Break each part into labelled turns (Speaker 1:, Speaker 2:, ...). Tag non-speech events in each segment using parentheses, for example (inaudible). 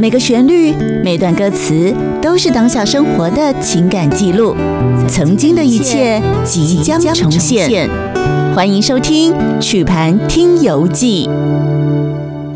Speaker 1: 每个旋律、每段歌词都是当下生活的情感记录，曾经的一切即将重现。欢迎收听《曲盘听游记》。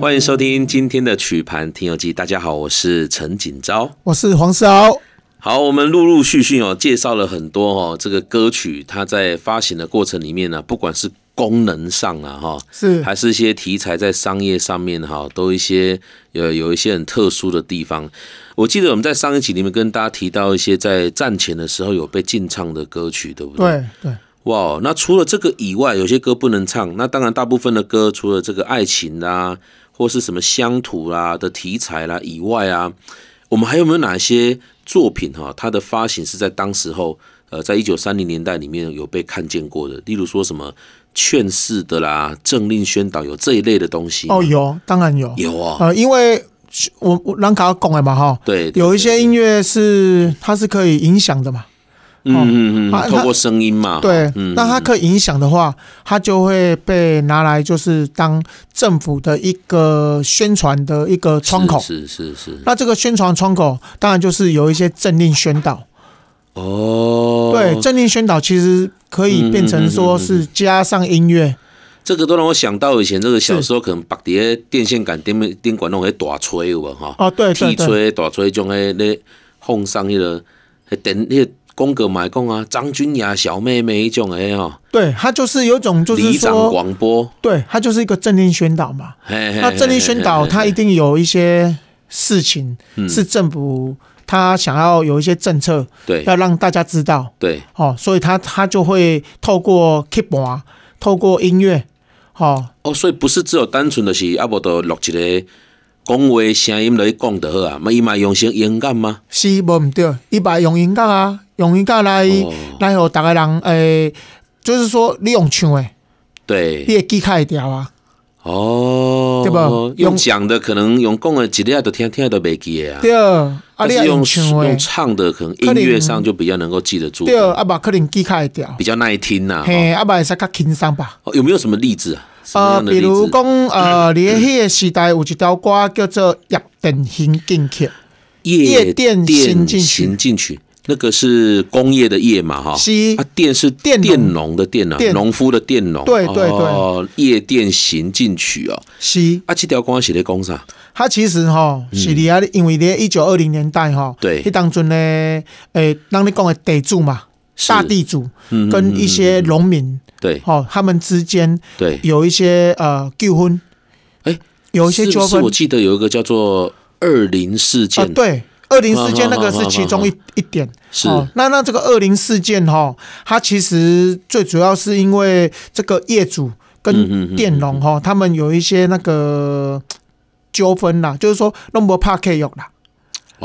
Speaker 2: 欢迎收听今天的曲盘听友记。大家好，我是陈锦昭。
Speaker 3: 我是黄世豪。
Speaker 2: 好，我们陆陆续续哦介绍了很多哦这个歌曲，它在发行的过程里面呢、不管是功能上啊哈，
Speaker 3: 是
Speaker 2: 还是一些题材在商业上面哈，都有一些有有一些很特殊的地方。我记得我们在上一集里面跟大家提到一些在战前的时候有被禁唱的歌曲，对不对？
Speaker 3: 对对，
Speaker 2: 哇，那除了这个以外，有些歌不能唱。那当然，大部分的歌除了这个爱情啦、或是什么乡土啦、的题材啦、以外啊，我们还有没有哪些作品哈、它的发行是在当时候，呃，在一九三零年代里面有被看见过的？例如说什么劝世的啦、政令宣导有这一类的东西吗
Speaker 3: 哦，有，当然有。
Speaker 2: 有哦，
Speaker 3: 呃，因为我我兰卡讲的嘛哈，
Speaker 2: 对，对
Speaker 3: 有一些音乐哦是它是可以影响的嘛，
Speaker 2: 嗯嗯
Speaker 3: 啊
Speaker 2: 嗯，透过声音嘛，
Speaker 3: 对，
Speaker 2: 嗯
Speaker 3: 那它可以影响的话，它就会被拿来就是当政府的一个宣传的一个窗口。
Speaker 2: 是是是是，
Speaker 3: 那这个宣传窗口，当然就是有一些政令宣导。
Speaker 2: 哦，嗯
Speaker 3: 对，政令宣导其实可以变成说是加上音乐，
Speaker 2: 这个都让我想到以前这个小时候可能绑碟电线杆、电面电管弄个大吹有无哈？
Speaker 3: 哦，对对
Speaker 2: 剃
Speaker 3: 对，
Speaker 2: 吹、大吹，种迄咧奉上迄个那电迄广告嘛，讲啊，张君雅小妹妹迄种诶吼，
Speaker 3: 对，它就是有一种就是
Speaker 2: 里长
Speaker 3: 说，
Speaker 2: 广播。
Speaker 3: 对，它就是一个政令宣导嘛。
Speaker 2: 那
Speaker 3: 那政令宣导，它一定有一些事情
Speaker 2: 嗯
Speaker 3: 是政府他想要有一些政策
Speaker 2: 对
Speaker 3: 要让大家知道
Speaker 2: 对
Speaker 3: 哦，所以他他就会透过 keep 啊，透过音乐，哦，
Speaker 2: 哦，所以不是只有单纯的是啊，无就录一个讲话声音来讲就好啊，嘛伊嘛用声音感吗？
Speaker 3: 是无毋对，伊把用音乐啊，用音乐来、
Speaker 2: 哦
Speaker 3: 来互逐个人诶、就是说你用唱诶，你
Speaker 2: 对，
Speaker 3: 会记较会调啊，
Speaker 2: 哦，
Speaker 3: 对吧
Speaker 2: 用
Speaker 3: 用
Speaker 2: 讲的可能用讲的一日都听听都袂记诶啊。
Speaker 3: 对，啊你
Speaker 2: 但
Speaker 3: 啊
Speaker 2: 是用
Speaker 3: 唱
Speaker 2: 用
Speaker 3: 诶，
Speaker 2: 唱的，可能音乐上就比较能够记得住，哦
Speaker 3: 对，啊嘛可能记较会调
Speaker 2: 比，较耐听呐、
Speaker 3: 嘿，啊嘛会使较轻松吧。
Speaker 2: 哦，有没有什么例子啊？什么
Speaker 3: 呃，
Speaker 2: 样的
Speaker 3: 比
Speaker 2: 例
Speaker 3: 如
Speaker 2: 子？
Speaker 3: 讲，
Speaker 2: (clears throat)
Speaker 3: 呃，你迄个时代有一条歌叫做《夜店行进曲》，
Speaker 2: 夜
Speaker 3: 夜店
Speaker 2: 电
Speaker 3: 行进曲
Speaker 2: 行进曲，那个是工业的业嘛，哈、
Speaker 3: 是
Speaker 2: 啊，电是
Speaker 3: 佃农
Speaker 2: 佃农的佃农，
Speaker 3: 佃
Speaker 2: 农夫的佃农。
Speaker 3: 对对
Speaker 2: 哦，夜店行进曲哦，
Speaker 3: 是
Speaker 2: 啊，这条歌是咧讲啥？
Speaker 3: 它其实吼是伫啊，因为伫一九二零年代吼，
Speaker 2: 嗯对
Speaker 3: 迄当阵咧，诶，咱咧讲的地主嘛，
Speaker 2: 是
Speaker 3: 大地主
Speaker 2: 嗯
Speaker 3: 跟一些农民，
Speaker 2: 对
Speaker 3: 吼，他们之间
Speaker 2: 对，
Speaker 3: 有一些呃纠纷，
Speaker 2: 哎，
Speaker 3: 有一些
Speaker 2: 是
Speaker 3: 纠
Speaker 2: 不是
Speaker 3: 纷
Speaker 2: 我记得有一个叫做二零事
Speaker 3: 啊，
Speaker 2: 件，嗯
Speaker 3: 对。二零事件那个是其中一一点，
Speaker 2: 是
Speaker 3: 哦，那那这个二零事件哈、它其实最主要是因为这个业主
Speaker 2: 嗯嗯嗯
Speaker 3: 跟佃农哈，他们有一些那个嘖纠纷啦，就是说弄不怕 K 用啦，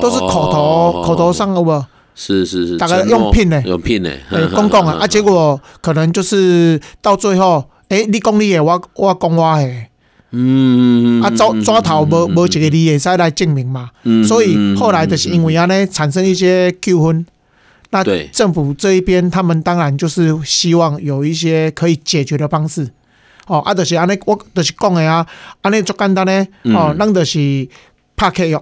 Speaker 3: 都是口头、
Speaker 2: 哦
Speaker 3: 口头上的不，
Speaker 2: 是是是，
Speaker 3: 大概
Speaker 2: 承诺
Speaker 3: 用聘呢
Speaker 2: 用聘呢，
Speaker 3: 呃，公共
Speaker 2: 嗯 (laughs)
Speaker 3: 啊，啊，结果可能就是到最后，诶、你讲你的，我我讲我的，
Speaker 2: 嗯，嗯
Speaker 3: 啊，抓抓头无无一个你会使来证明嘛，
Speaker 2: 嗯
Speaker 3: 所以后来就是因为安尼产生一些纠纷。那
Speaker 2: 对
Speaker 3: 政府这一边，他们当然就是希望有一些可以解决的方式。哦，啊，就是安尼，我就是讲的啊，安尼足简单呢。
Speaker 2: 嗯
Speaker 3: 哦，咱就是拍契约，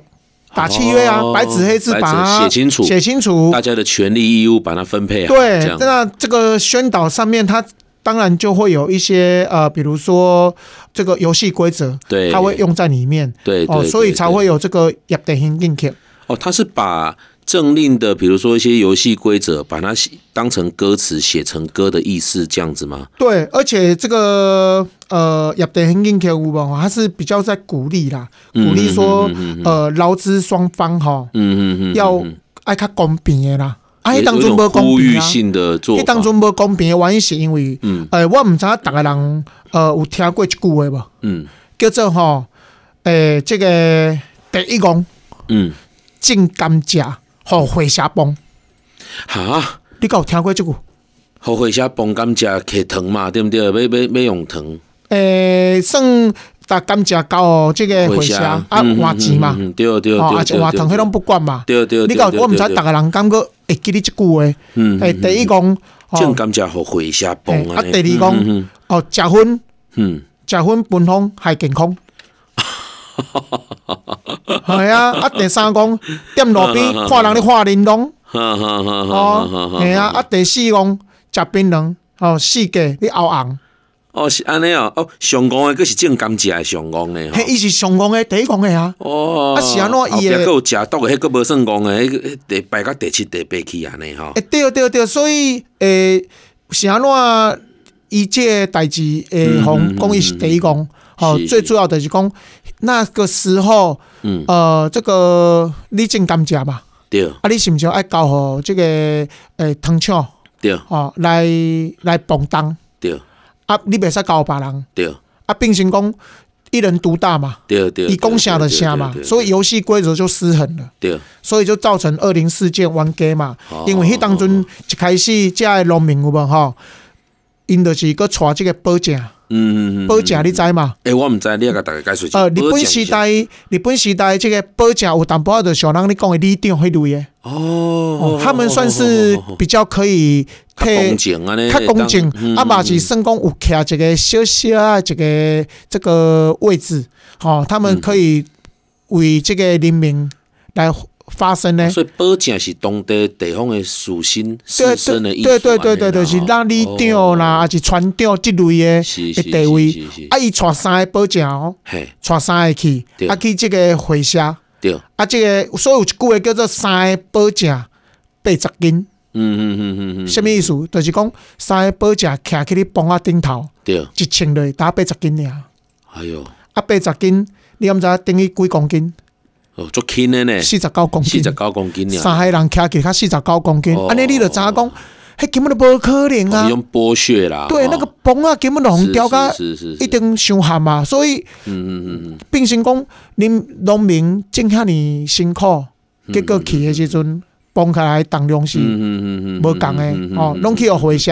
Speaker 3: 打契约啊，
Speaker 2: 哦
Speaker 3: 白纸黑字
Speaker 2: 白纸
Speaker 3: 把它
Speaker 2: 写清楚
Speaker 3: 写清
Speaker 2: 嗯
Speaker 3: 楚。
Speaker 2: 大家的权利义务把它分配好，这
Speaker 3: 对，
Speaker 2: 样
Speaker 3: 那这个宣导上面，它当然就会有一些呃，比如说这个游戏规则，
Speaker 2: 对
Speaker 3: 它会用在里面。
Speaker 2: 对对
Speaker 3: 哦，
Speaker 2: 对
Speaker 3: 所以才
Speaker 2: 对
Speaker 3: 会有这个业的行进曲。
Speaker 2: 哦，他是把政令的，比如说一些游戏规则，把它写当成歌词写成歌的意思，这样子吗？
Speaker 3: 对，而且这个呃，业的很进 K 五吧，它是比较在鼓励啦，鼓
Speaker 2: 嗯
Speaker 3: 励说、
Speaker 2: 嗯嗯嗯嗯
Speaker 3: 呃，劳资双方哈
Speaker 2: 嗯嗯嗯，
Speaker 3: 要
Speaker 2: 嗯
Speaker 3: 爱较公平的啦，啊，
Speaker 2: 有
Speaker 3: 迄当
Speaker 2: 有一
Speaker 3: 中无
Speaker 2: 种
Speaker 3: 公
Speaker 2: 呼吁
Speaker 3: 平啊，
Speaker 2: 性的做
Speaker 3: 迄
Speaker 2: 法，
Speaker 3: 当中无公平的原因是因为，
Speaker 2: 嗯
Speaker 3: 呃，我毋知影逐个人呃有听过一句话无，
Speaker 2: 嗯
Speaker 3: 叫做吼，诶、这个第一讲
Speaker 2: 嗯，
Speaker 3: 种甘蔗，吼回虾崩，
Speaker 2: 哈，
Speaker 3: 你敢有听过即句？
Speaker 2: 后悔下崩甘蔗摕糖嘛，对不对？要要要用糖，
Speaker 3: 诶、呃算把甘蔗交即个回虾啊
Speaker 2: 嗯嗯
Speaker 3: 换钱嘛。
Speaker 2: 嗯嗯嗯对对
Speaker 3: 哦，
Speaker 2: 对
Speaker 3: 啊，
Speaker 2: 对，
Speaker 3: 就话同迄拢不管嘛。
Speaker 2: 对对，对
Speaker 3: 你讲我毋知，
Speaker 2: 对对
Speaker 3: 逐个人感觉会记你即句话。
Speaker 2: 嗯
Speaker 3: 诶，第一讲，
Speaker 2: 正
Speaker 3: 哦，
Speaker 2: 甘蔗后悔下崩
Speaker 3: 嘿啊，第二
Speaker 2: 嗯
Speaker 3: 讲，哦，食薰
Speaker 2: 嗯， (laughs)
Speaker 3: 食薰本方害健康。系啊，啊第三讲踮路
Speaker 2: (laughs)
Speaker 3: 边看人咧画玲珑，
Speaker 2: 哈哈哈 (laughs) 哈哈
Speaker 3: 哦，
Speaker 2: 哈！
Speaker 3: 系啊，啊第四讲食槟榔，哦四界你熬红，
Speaker 2: 哦是安尼哦，哦上公的佫是正甘蔗的上公的吼
Speaker 3: 迄。伊是上讲诶，第一讲诶啊，
Speaker 2: 哦，
Speaker 3: 啊是安怎
Speaker 2: 后
Speaker 3: 伊
Speaker 2: 壁佫
Speaker 3: 的
Speaker 2: 有食毒的，迄佫无算公的，迄个第排到第七、第八去安尼吼。
Speaker 3: 诶欸对对对，所以诶是安怎伊即个代志诶，
Speaker 2: 嗯
Speaker 3: 红
Speaker 2: 嗯
Speaker 3: 讲伊是第一讲，哦
Speaker 2: 是是
Speaker 3: 最主要就是讲那个时候，
Speaker 2: 嗯，
Speaker 3: 呃，这个你正甘食嘛，
Speaker 2: 对
Speaker 3: 啊你是毋是爱交互即个诶糖厂
Speaker 2: 对
Speaker 3: 哦来来蹦当？
Speaker 2: 对
Speaker 3: 啊，你袂使教别人，
Speaker 2: 对
Speaker 3: 啊，变成讲一人独大嘛，
Speaker 2: 对对。
Speaker 3: 你攻下的下嘛
Speaker 2: 对，
Speaker 3: 所以游戏规则就失衡了，
Speaker 2: 对对
Speaker 3: 所以就造成二零事件冤家嘛
Speaker 2: 哦。
Speaker 3: 因为迄当阵一开始，遮个农民有无吼，因就是搁带即个保证，
Speaker 2: 嗯嗯嗯。
Speaker 3: 保证你知嘛？
Speaker 2: 诶，我毋知，你也甲大家解释一下。
Speaker 3: 呃，日
Speaker 2: 保
Speaker 3: 本
Speaker 2: 证
Speaker 3: 时
Speaker 2: 是
Speaker 3: 代，日本时代即个保证有淡薄仔，就像咱咧讲的里长迄类的，
Speaker 2: 哦
Speaker 3: 哦，他们算是比较可以
Speaker 2: 较公正嗯安尼，
Speaker 3: 较公正
Speaker 2: 会当，
Speaker 3: 啊嘛是，算讲有徛一个小小啊一个这个位置，吼、他
Speaker 2: 嗯
Speaker 3: 们可以为这个人民来发声呢
Speaker 2: 嗯。所以保证是当地地方的属性、
Speaker 3: 对
Speaker 2: 自身的意思
Speaker 3: 对对对对，就是让里长啦，还是船长这类的
Speaker 2: 哦是
Speaker 3: 的
Speaker 2: 是
Speaker 3: 地位。
Speaker 2: 是是
Speaker 3: 啊，伊带三个保证哦，
Speaker 2: 嘿，
Speaker 3: 带三个去
Speaker 2: 对，
Speaker 3: 啊去这个会社，啊
Speaker 2: 对，嗯
Speaker 3: 这个所以有一句话叫做三个保证八十斤，
Speaker 2: 嗯嗯嗯嗯嗯，
Speaker 3: 什么意思？就是讲三个保证徛去你帮啊顶头，
Speaker 2: 对，
Speaker 3: 一穿落去打八十斤尔。
Speaker 2: 哎呦，
Speaker 3: 啊，八十斤，你敢知等于几公斤？
Speaker 2: 哦，足轻的呢，
Speaker 3: 四十九公
Speaker 2: 四
Speaker 3: 斤
Speaker 2: 十，九公斤呢，
Speaker 3: 三个人徛起较四十九公斤
Speaker 2: 哦，
Speaker 3: 安尼你就知影讲，迄根本就无可能
Speaker 2: 哦
Speaker 3: 啊
Speaker 2: 那！种剥削啦，
Speaker 3: 对，
Speaker 2: 哦
Speaker 3: 那个棚啊，根本就
Speaker 2: 是
Speaker 3: 红掉甲
Speaker 2: 是是是，
Speaker 3: 一定伤害嘛，所以
Speaker 2: 嗯，嗯嗯嗯
Speaker 3: 变成讲，恁农民种遐尼辛苦，结果去的时阵，崩起来重量
Speaker 2: 嗯
Speaker 3: 是
Speaker 2: 嗯嗯嗯，
Speaker 3: 无共的
Speaker 2: 嗯嗯嗯
Speaker 3: 哦，
Speaker 2: 嗯
Speaker 3: 拢去互回社，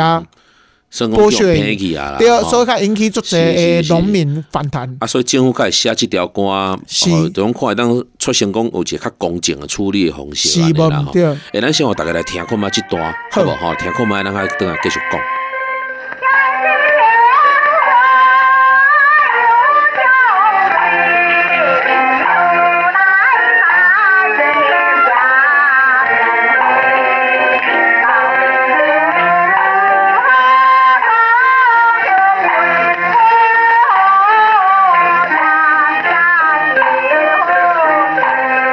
Speaker 2: 算讲
Speaker 3: 剥
Speaker 2: 用
Speaker 3: 削
Speaker 2: 便宜啊啦，
Speaker 3: 对啊，
Speaker 2: 哦
Speaker 3: 所以才引起足侪
Speaker 2: 是是
Speaker 3: 诶
Speaker 2: 是
Speaker 3: 农民反弹。
Speaker 2: 啊，所以政府才会写即条歌，哦，
Speaker 3: 是
Speaker 2: 就讲看会当出现讲有一个较公正的处理的方式
Speaker 3: 是
Speaker 2: 安尼啦
Speaker 3: 无
Speaker 2: 吼
Speaker 3: 毋。对？
Speaker 2: 诶，咱先互大家来听看觅即段，好无吼？听看觅，咱还等下继续讲。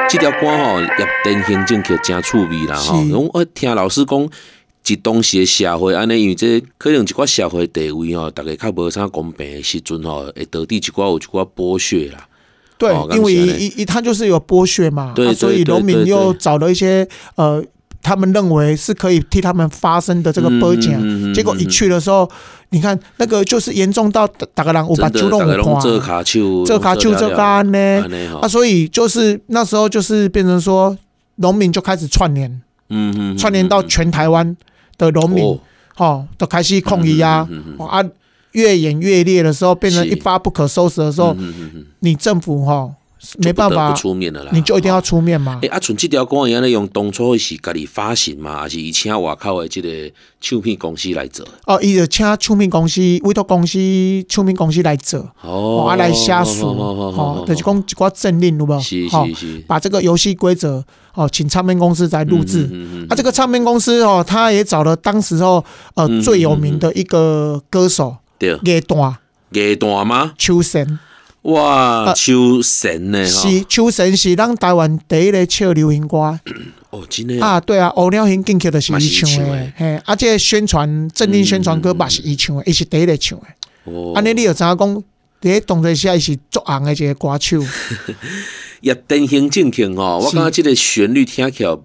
Speaker 2: 即条歌吼，叶电行政曲真趣味啦吼。
Speaker 3: 是
Speaker 2: 讲我听老师讲，一当时的社会安尼，因为这可能一寡社会地位吼，大家较无啥公平的时阵吼，会导致一寡有一寡剥削啦。
Speaker 3: 对
Speaker 2: 哦，
Speaker 3: 因为
Speaker 2: 感谢
Speaker 3: 一一他就是有剥削嘛，
Speaker 2: 对
Speaker 3: 啊
Speaker 2: 对
Speaker 3: 所以
Speaker 2: 对
Speaker 3: 农民
Speaker 2: 对
Speaker 3: 又
Speaker 2: 对
Speaker 3: 找了一些呃，他们认为是可以替他们发声的这个
Speaker 2: 嗯
Speaker 3: 波
Speaker 2: 嗯嗯
Speaker 3: 奖，结果一去的时候，你看那个就是严重到大大家人有把
Speaker 2: 真
Speaker 3: 酒
Speaker 2: 的，大
Speaker 3: 弄
Speaker 2: 家
Speaker 3: 有
Speaker 2: 拢做
Speaker 3: 看，啊
Speaker 2: 骹手，
Speaker 3: 这卡就
Speaker 2: 拢做了
Speaker 3: 这个
Speaker 2: 了
Speaker 3: 安呢
Speaker 2: 安尼吼
Speaker 3: 啊，。所以就是那时候就是变成说，农民就开始串联，
Speaker 2: 嗯嗯，嗯
Speaker 3: 串联到全台湾的农民
Speaker 2: 哦，
Speaker 3: 哦，都开始抗议啊
Speaker 2: 嗯嗯嗯嗯，
Speaker 3: 哦啊，越演越烈的时候，变成
Speaker 2: 是
Speaker 3: 一发不可收拾的时候
Speaker 2: 嗯，嗯嗯嗯
Speaker 3: 你政府哈
Speaker 2: 就
Speaker 3: 没
Speaker 2: 不得
Speaker 3: 办法啊
Speaker 2: 不，出啊面了啦，
Speaker 3: 你就一定
Speaker 2: 吼
Speaker 3: 要出面嘛
Speaker 2: 诶、。啊，像即条歌伊安尼用当初是家己发行嘛，还是伊请外口的即个唱片公司来做？
Speaker 3: 哦，伊就请唱片公司、委托公司、唱片公司来做，
Speaker 2: 哦
Speaker 3: 哦，啊来写书，哦，就是讲一寡政令有无？
Speaker 2: 是
Speaker 3: 哦
Speaker 2: 是是
Speaker 3: 把这个游戏规则哦，请唱片公司来录制。
Speaker 2: 嗯嗯嗯
Speaker 3: 啊，这个唱片公司哦，他也找了当时候呃
Speaker 2: 嗯
Speaker 3: 最有名的一个歌手
Speaker 2: 对，
Speaker 3: 乐段
Speaker 2: 艺段吗？
Speaker 3: 秋神，
Speaker 2: 哇，
Speaker 3: 呃
Speaker 2: 秋神呢？吼
Speaker 3: 是秋神是咱台湾第一个唱流行歌
Speaker 2: 哦，真的啊，
Speaker 3: 啊，对啊，乌鸟行进曲就是
Speaker 2: 嘛是
Speaker 3: 伊
Speaker 2: 伊
Speaker 3: 唱
Speaker 2: 唱
Speaker 3: 的
Speaker 2: 的，嗯
Speaker 3: 嘿，啊，这个宣传政令宣传歌嘛是伊唱的，伊是第一个唱的。
Speaker 2: 哦，
Speaker 3: 安尼你就知影讲，伫当作写伊是足红的一个歌手，
Speaker 2: 叶灯行正庆吼，我
Speaker 3: 是
Speaker 2: 感觉即个旋律听起来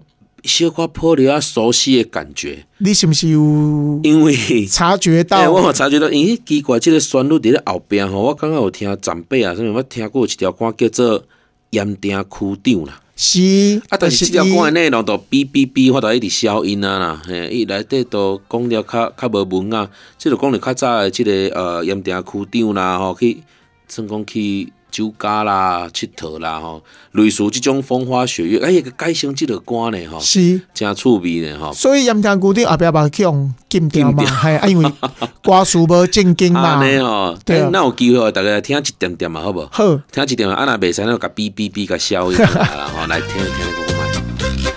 Speaker 2: 小可颇有啊熟悉的感觉，
Speaker 3: 你是毋是有
Speaker 2: 因为。
Speaker 3: 察觉
Speaker 2: (laughs) 哎、我
Speaker 3: 到？
Speaker 2: 有察觉到，咦，奇怪，即、个旋律伫咧后壁吼，我感觉有听长辈啊，什物，我听过有一条歌叫做《盐埕区长》啦。
Speaker 3: 是，
Speaker 2: 啊，但是即条
Speaker 3: 伊
Speaker 2: 歌的内容都哔哔哔，我都一直消音啊啦，嘿，伊内底都讲了较较无文啊，即就讲了较早的即、个呃盐埕区长啦吼，去算讲去酒家啦、佚佗啦吼，类似即种风花雪月，哎，会改成即个歌呢吼，
Speaker 3: 是。
Speaker 2: 真趣味呢吼。
Speaker 3: 所以盐田古顶后壁嘛去用禁掉嘛，
Speaker 2: 禁
Speaker 3: 系
Speaker 2: (laughs)
Speaker 3: 啊，因为歌词无正经嘛
Speaker 2: 安。尼吼，
Speaker 3: 对啊
Speaker 2: 哎，那有机会大家来听一点点嘛，好无？
Speaker 3: 好，
Speaker 2: 听一点嘛，啊若袂使，咱就甲哔哔哔甲消音啦，然后来听听个看觅。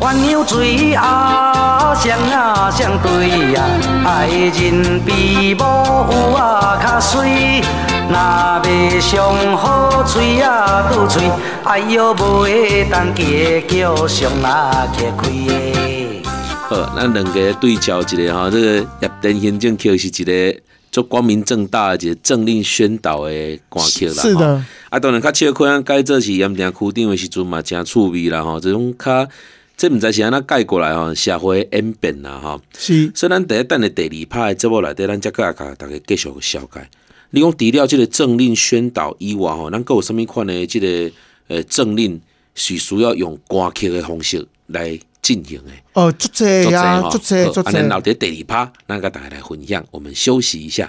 Speaker 4: 鸳鸯水啊，双啊双对啊，爱人比某有啊较水，若袂上好嘴啊拄嘴，哎哟袂当结叫上啊结开的。
Speaker 2: 好，咱两个对照一下吼，这个叶登行政曲是一个做光明正大的一个政令宣导的歌曲啦。
Speaker 3: 是的
Speaker 2: 吼。啊，当然较少看，改做是盐埕区长的时阵嘛，真趣味啦吼。这种较，这毋知是安怎改过来吼，社会的演变啦吼。
Speaker 3: 是
Speaker 2: 所以咱第一等的第二拍的节目内底，咱才个甲大家继续小解。你讲除了即个政令宣导以外吼，咱阁有啥物款的即个呃政令是需要用歌曲的方式来进行的？
Speaker 3: 哦，足
Speaker 2: 做
Speaker 3: 济
Speaker 2: 哎这
Speaker 3: 啊，足济足
Speaker 2: 安尼
Speaker 3: 济。
Speaker 2: 留伫第二趴，咱甲大家来分享。我们休息一下。